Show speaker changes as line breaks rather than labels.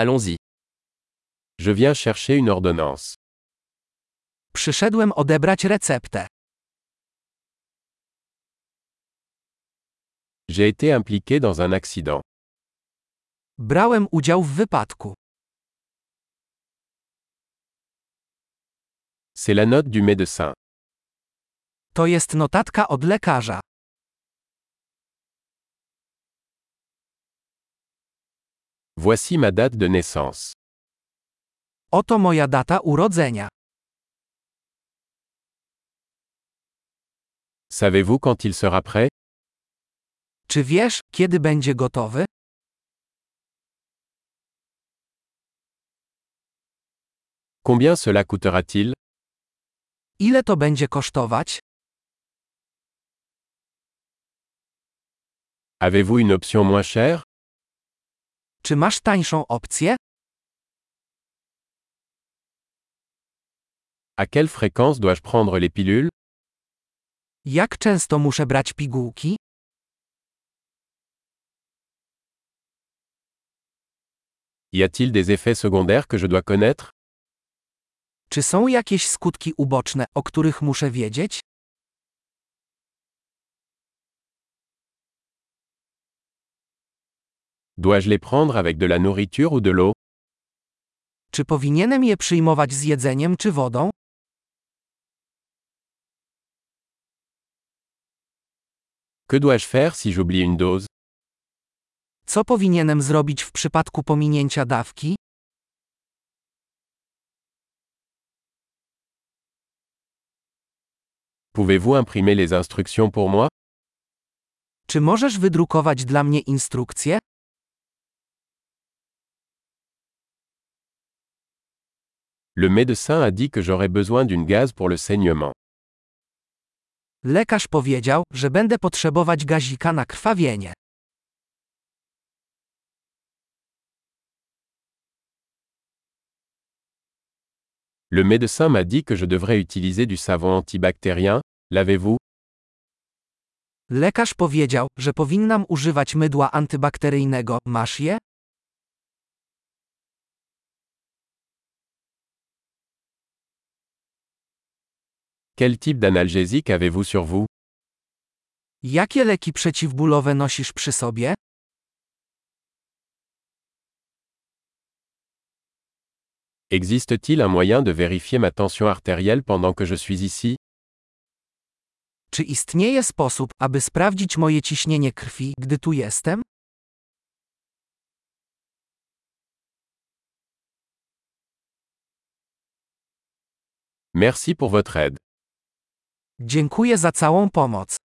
Allons-y. Je viens chercher une ordonnance.
Przyszedłem odebrać receptę.
J'ai été impliqué dans un accident.
Brałem udział w wypadku.
C'est la note du médecin.
To jest notatka od lekarza.
Voici ma date de naissance.
Oto moja data urodzenia.
Savez-vous quand il sera prêt
Czy wiesz, kiedy będzie gotowy?
Combien cela coûtera-t-il
Ile to będzie kosztować?
Avez-vous une option moins chère
Czy masz tańszą opcję?
À quelle fréquence dois-je prendre les pilules
Jak często muszę brać pigułki?
Y a-t-il des effets secondaires que je dois connaître
Czy są jakieś skutki uboczne, o których muszę wiedzieć?
Dois-je les prendre avec de la nourriture ou de l'eau
Czy powinienem je przyjmować z jedzeniem czy wodą?
Que dois-je faire si j'oublie une dose
Co powinienem zrobić w przypadku pominięcia dawki?
Pouvez-vous imprimer les instructions pour moi
Czy możesz wydrukować dla mnie instrukcję?
Le médecin a dit que j'aurais besoin d'une gaz pour le saignement.
Lekarz powiedział, że będę potrzebować gazika na krwawienie.
Le médecin m'a dit que je devrais utiliser du savon antibactérien. L'avez-vous
Lekarz powiedział, że powinnam używać mydła antybakteryjnego. Masz je?
Quel type d'analgésique avez-vous sur vous
Jakie leki przeciwbólowe nosisz przy sobie?
Existe-t-il un moyen de vérifier ma tension artérielle pendant que je suis ici
Czy istnieje sposób, aby sprawdzić moje ciśnienie krwi, gdy tu jestem?
Merci pour votre aide.
Dziękuję za całą pomoc.